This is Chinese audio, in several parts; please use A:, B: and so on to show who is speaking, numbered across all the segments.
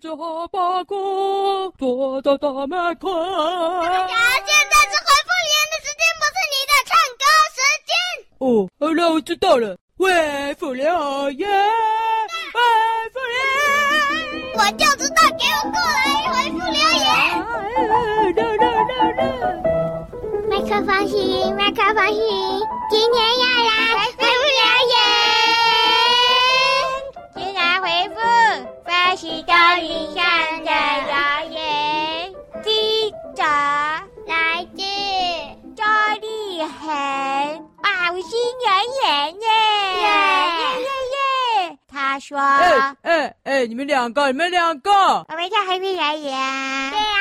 A: 잡아고 도도도매 콜
B: 现在是回复留言的时间，不是你的唱歌时间。
A: 哦，好了，我知道了。喂，福联好耶！喂，福联！
B: 我就知道，给我过来回复留言。
A: 哎，热热热热！
B: 麦克风型，麦克风型，今天要来回复留言。今来回复发许多以上的留言。第一则来自周立恒，好心人言耶耶耶耶！他说。
A: 哎哎哎，你们两个，你们两个，
B: 我们叫黑皮人言。对呀、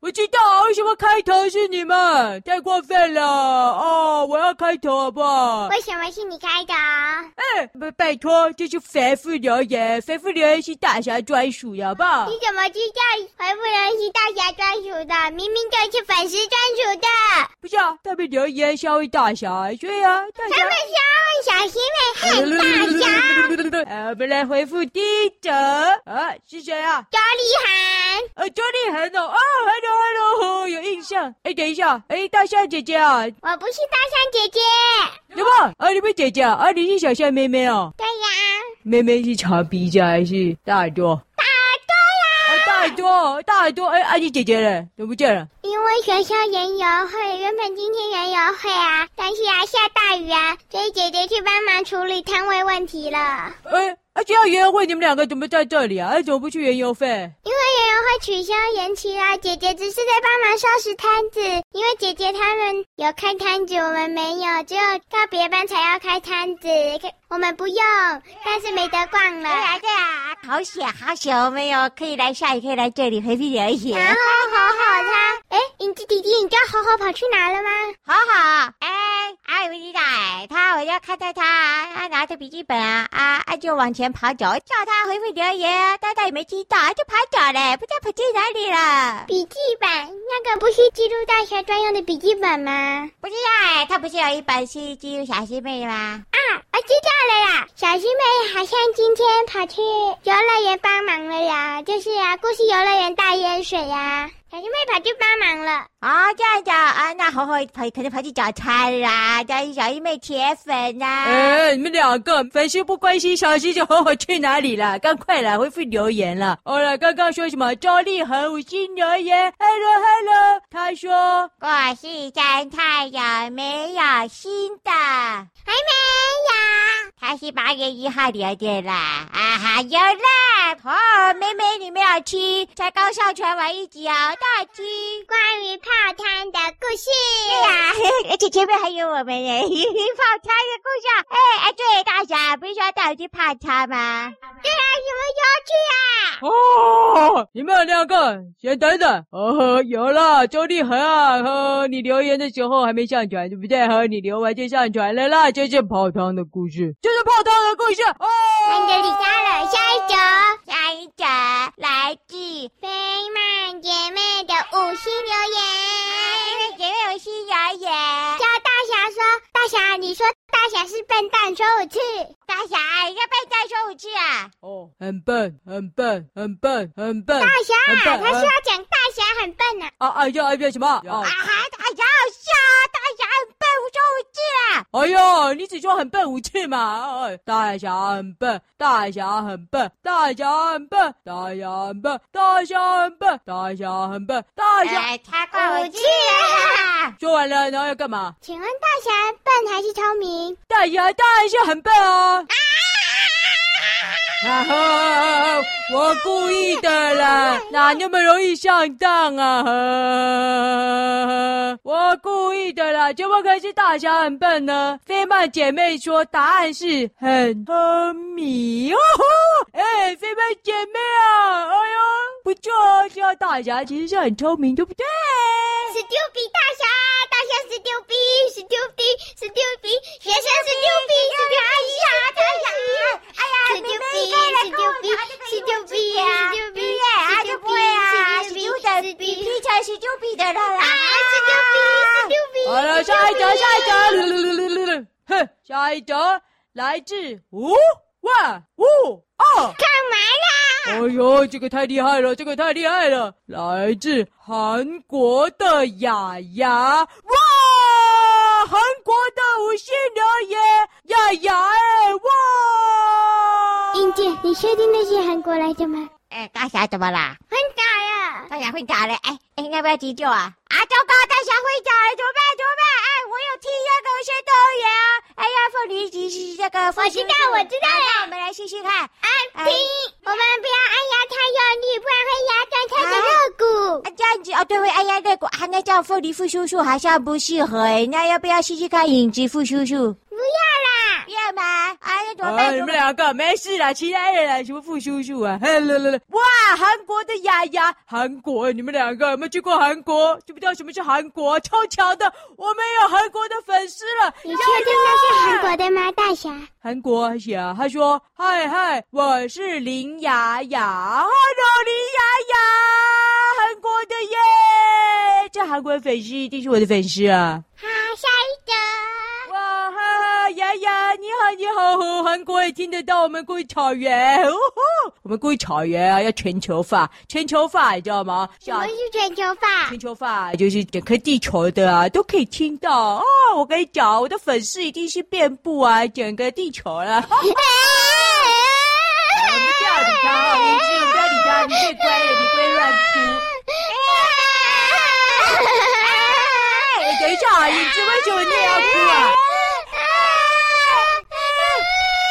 A: 我知道为什么开头是你们，太过分了哦！我要开头好不好？
B: 为什么是你开的？
A: 哎，拜拜托，这是肥富留言，肥富留言是大侠专属的，好不好？
B: 你怎么知道回复人是大侠专属的？明明就是粉丝专属的。
A: 不是啊，他们留言是要为大侠，所以啊，大
B: 他
A: 侠
B: 们。想要小心被害大 侠，
A: 呃，我们来回复第一者啊，是谁啊？
B: 多厉
A: 呃，周立恒哦，哦，hello hello，有印象。哎，等一下，哎，大象姐姐啊，
B: 害！我不是大象姐姐。
A: 对吧？啊，你们姐姐啊，啊你是小象妹妹哦，
B: 对呀、
A: 妹妹是长鼻子还是大耳朵？啊，
B: 大哥
A: 大耳朵，大耳朵，哎，啊，你姐姐嘞，怎么不见了？
B: 呀！因为学校园游会，原本今天园游会啊，但是啊下大雨啊，所以姐姐去帮忙处理摊位问题了。
A: 哎，啊，学校园游会你们两个怎么在这里啊？哎，怎么不去园游会？
B: 因为园游会取消延期啦，姐姐只是在帮忙收拾摊子。因为姐姐他们有开摊子，我们没有，只有告别班才要开摊子，可我们不用，但是没得逛了。
C: 对啊，对啊，好险好险！我们有可以来下雨，可以来这里回避留
B: 然
C: 言
B: 后。好好他，哎，影子弟弟，你知道好好跑去哪了吗？
C: 好好，哎，阿伟你奶，他我要看到他，他拿着笔记本啊啊，啊就往前跑走，叫他回复留言，但他也没听到，就跑走了，不知道跑去哪里了。
B: 笔记本，那个不是记录大学专用的笔记本吗？
C: 不是啊，他不是有一本是记录小师妹的吗？
B: 啊，我知道了啦！小师妹好像今天跑去游乐园帮忙了呀，就是啊，过去游乐园大淹水呀、小师妹跑去帮忙了。
C: 哦，这样子啊，那红红跑可能跑去找他啦，当小师妹铁粉啊呐、
A: 哎，你们两个粉丝不关心小西就哄我去哪里了？赶快来回复留言了。好了，刚刚说什么？周立恒五星留言，hello hello，他说
C: 我是侦探，有没有新的？
B: 还没
C: 他是八月一号留的啦，啊哈，有啦！哦，妹妹你没有听，才刚上传完一集哦，大听。
B: 有关于泡汤的故事。
C: 对呀、而且前面还有我们 呢，泡汤的故事啊。哎哎，对，大侠不是说带我去泡汤吗？
B: 对啊，什么时候去啊？
A: 哦，你们两个先等等。哦呵，有了，周立恒啊，呵，你留言的时候还没上传，对不对？呵，你留完就上传了啦。这是泡汤的故事，这是泡汤的故事哦。
B: 安德里加了，下一首《
C: 下一则来自
B: 飞曼姐妹》的五星留言。
C: 姐妹有新谣言，
B: 叫大侠说：“大侠，你说大侠是笨蛋，说五次。”
C: 大侠你要被再说五次啊！
A: 哦，很笨，很笨，很笨，很笨。
B: 大侠，
A: 很笨
B: 他
A: 啊
B: 说要讲大侠很笨呢、
A: 啊啊呀啊呀什么？啊
B: 哦
C: 啊哈，大侠好笑啊，大侠很笨，我说五次啦。
A: 哎呦，你只说很笨五次嘛！哎大侠很笨，大侠很笨，大侠很笨，大侠很笨，大侠很笨，大侠很笨，大侠。
C: 哎，他怪我
B: 五次
C: 去啦。
A: 说完了，然后要干嘛？
B: 请问大侠笨还是聪明？
A: 大侠当然是很笨啊！啊哈！我故意的啦，哪那么容易上当啊？呵我故意的啦，怎么可以是大侠很笨呢？飞曼姐妹说答案是很聪明。哦吼！哎，飞曼姐妹啊，哎呦，不错哦，知道大侠其实是很聪明，对不对？
B: 史丢比大侠，大侠史丢比，史丢比，史丢比，学生史丢比，史丢比呀，大侠，哎呀，史丢比，史丢比，史丢比呀，史丢比呀，
C: 啊，就不会啊，
B: 史
C: 是
B: 丢
C: 丢
B: 的
C: 的
B: 史
C: 比
B: 比，
C: 比才是丢比的了
B: 啊，
C: 啦。
B: 史丢比，史丢比。
A: 好了，下一则，下一则，哼，下一则来自吴 one，五，二。
B: 干嘛啦？
A: 哎呦，这个太厉害了，这个太厉害了！来自韩国的雅雅，哇，韩国的五星留言，雅雅哎，哇！
D: 英姐，你确定那些韩国来的吗？
C: 哎，大侠怎么啦？
B: 很假呀！
C: 大侠会打了，哎哎，要不要急救啊？啊，糟糕，大侠会打了，怎么办？怎么办？哎，我有听那个仙豆芽，哎呀，凤梨吉是这个，
B: 我知道，我知道
C: 那我
B: 了。
C: 们来试试看。
D: 啊
B: 按听，我们不要
D: 哎
B: 按压太用力，不然会压断它
C: 啊
B: 的肋骨。
C: 啊，这样子哦，对，会哎呀，那个，啊，那这样凤梨复苏术好像不适合哎，那要不要试试看影子复苏术？
B: 不要啦！
C: 不要吗？哎，那怎么
A: 啊，
C: 办？
A: 你
C: 怎么
A: 们
C: 办
A: 两个没事啦，其他人啦，什么付叔叔 啊？嘿了了了！哇，韩国的雅雅，韩国，你们两个有没有去过韩国？知不知道什么是韩国？超强的，我们有韩国的粉丝了。
D: 你确定那是韩国的吗，大侠？
A: 韩国写，他说：“嗨嗨，我是林雅雅，Hello 林雅雅，韩国的耶！这韩国粉丝一定是我的粉丝啊！
B: 好，下一则。
A: 哇哈哈，雅雅你好你好，哦韩国也听得到我们故意草原，哦吼，我们故意草原啊，要全球化，全球化你知道吗？
B: 我
A: 像
B: 们是全球化，
A: 全球化就是整个地球的啊，都可以听到哦。我跟你讲，我的粉丝一定是遍布啊，整个地球了。”
B: 哎
D: 哎
A: 我们不要理他，好明志，不要理他，你最乖了，你不会乱哭。
B: 哎
A: 哎，等一下啊，明志，为什么你也要哭啊？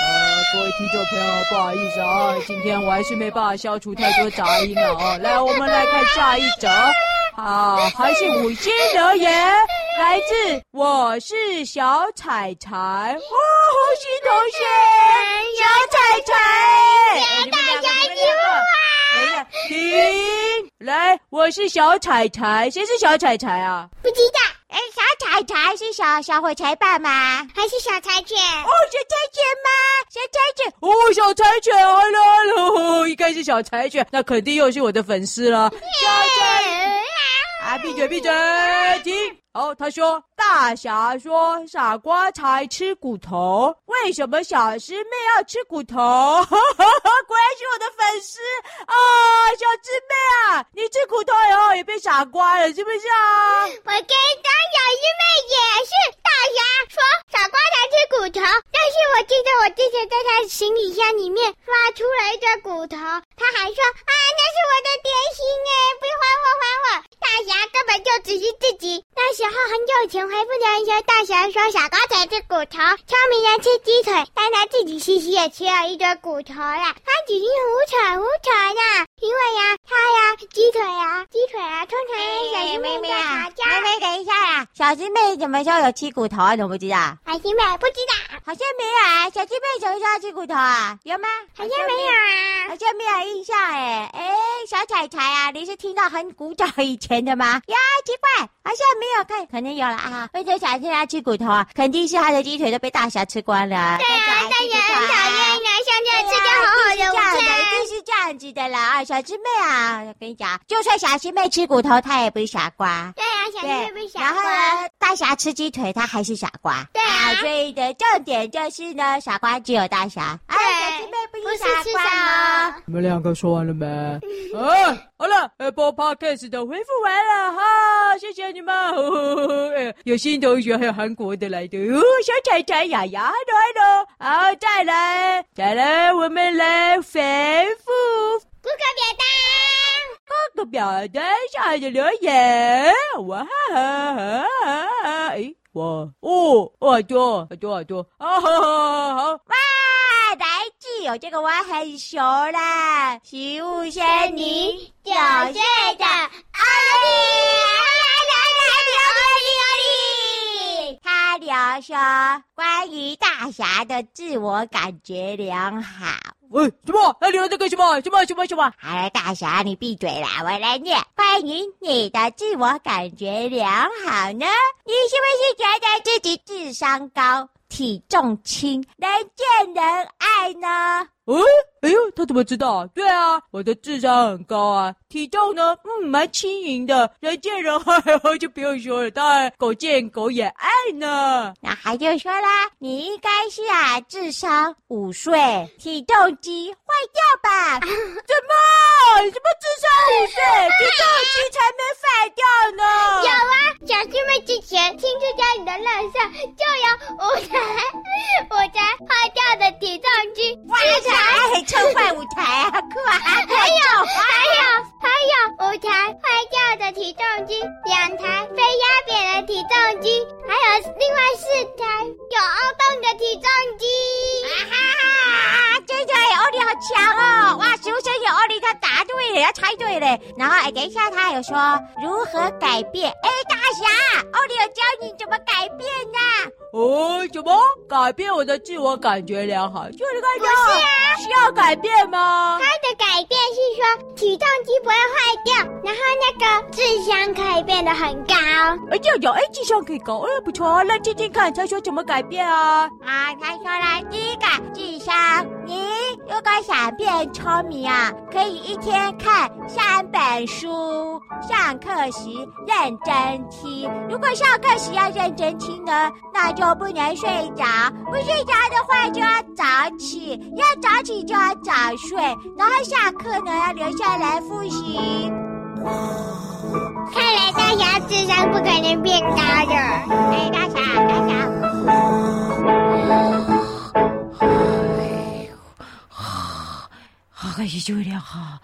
A: 呃，各位听众朋友，不好意思啊，今天我还是没办法消除太多杂音了哦。来，我们来看下一则，好，还是五星留言，来自我是小彩彩，哦，红星同学，小彩彩，哎你们两个你们两个等一下，停！来，我是小彩彩，谁是小彩彩啊？
B: 不知道，
C: 哎，小彩彩是小小火柴棒吗？
B: 还是小柴犬？
A: 哦，小柴犬吗？小柴犬，哦，小柴犬，hello hello，应该是小柴犬，那肯定又是我的粉丝了。小柴
B: 哎
A: 啊，闭嘴闭嘴，停！哦，他说大侠说傻瓜才吃骨头，为什么小师妹要吃骨头？ 果然是我的粉丝啊、小师妹啊，你吃骨头以后也变傻瓜了，是不是啊？
B: 我跟张小师妹也是大侠说傻瓜才吃骨头，但是我记得我之前在她行李箱里面挖出了一个骨头，她还说啊那是我的点心哎，不还我还我！大侠根本就只是自己。那时候很久以前回不了一些大侠说傻瓜才吃骨头，聪明人吃鸡腿，但他自己其实也吃了一堆骨头啦，他只是无扯无扯啦，因为呀他呀鸡腿呀鸡腿呀通常是小师妹在打架。
C: 哎妹啊妹等一下啦，小师妹什么时候有吃骨头啊？你不知道？
B: 海星妹不知道，
C: 好像没有啊，小师妹什么时候吃骨头啊？有吗？
B: 好像没有啊。
C: 好像没有印象哎、哎，小彩彩啊，你是听到很古早以前的吗？呀，奇怪，好像没有看，可能有了啊。为什么小彩要吃骨头啊？肯定是她的鸡腿都被大侠吃光了啊。
B: 对啊，大家很讨厌。的，像这吃掉好好的午
C: 一定是这样的，
B: 餐
C: 一。定是这样子的啦啊！小师妹啊，我跟你讲，就算小师妹吃骨头，她也不是傻瓜。
B: 对啊，小妹被
C: 然
B: 傻
C: 后
B: 瓜。
C: 呢，大侠吃鸡腿，他还是傻瓜。
B: 对啊
C: 所以的重点就是呢，傻瓜只有大侠。哎，小师妹不
B: 不
C: 是
B: 是
C: 傻
B: 吃
C: 瓜
B: 傻
C: 吗？
B: 瓜，
A: 你们两个说完了没？啊，好了，Apple Podcast 的回复完了哈，谢谢你们。呵呵呵呵哎有新同学，还有韩国的来的，哦、小彩彩雅雅，hello hello，好，再来，再来，我们来回复
B: 顾客表单，
A: 各个表单上的留言。哇哈哈哈哈！哎，哇哦，好多好多好多，啊，好好好。好
C: 啊，来自有这个我很熟啦，食物仙女
B: 你九岁的阿里，阿里阿里阿里阿里，
C: 他聊说关于大侠的自我感觉良好。
A: 喂，什么？那你们在干什么？什么什么什么？
C: 好了，大侠，你闭嘴啦！我来念。关于你的自我感觉良好呢，你是不是觉得自己智商高、体重轻、人见人爱呢？
A: 哦，哦，哎呦，他怎么知道啊？对啊，我的智商很高啊，体重呢，嗯，蛮轻盈的，人见人爱，就不用说了。当然，狗见狗也爱呢。
C: 那他就说啦，你应该是啊，智商五岁，体重机坏掉吧？
A: 怎么？你什么智商五岁，体重机才没坏掉呢？
B: 有啊，小师妹之前听出家里的乱象，就有五台五台坏掉的体重机，
C: 哇塞，哎还撑坏舞台啊，好酷啊！
B: 还有还有还有五台坏掉的体重机，两台被压扁的体重机，还有另外四台有凹洞的体重机。
C: 啊，这个奥利好强哦！哇，实习生有奥利，他答对了，他猜对了。然后哎，等一下他有说如何改变。哎，大侠，奥利有教你怎么改变呢、
A: 哦，怎么改变我的自我感觉良好？就是看到，需要改变吗？
B: 它的改变是说体重机不会坏掉，然后那个智商可以变得很高。
A: 哎，这样有哎，智商可以高，哎，不错啊，那听听看，他说怎么改变啊？
C: 啊，他说了，第一个智商，你如果想变聪明啊，可以一天看三本书，上课时认真听。如果上课时要认真听呢，那就不能睡着，不睡着的话就要早起，要早起就要早睡，然后下课呢要留下来复习。
B: 看来大侠智商不可能变高的。
C: 哎，大侠，大侠。
A: 好，感谢修炼好，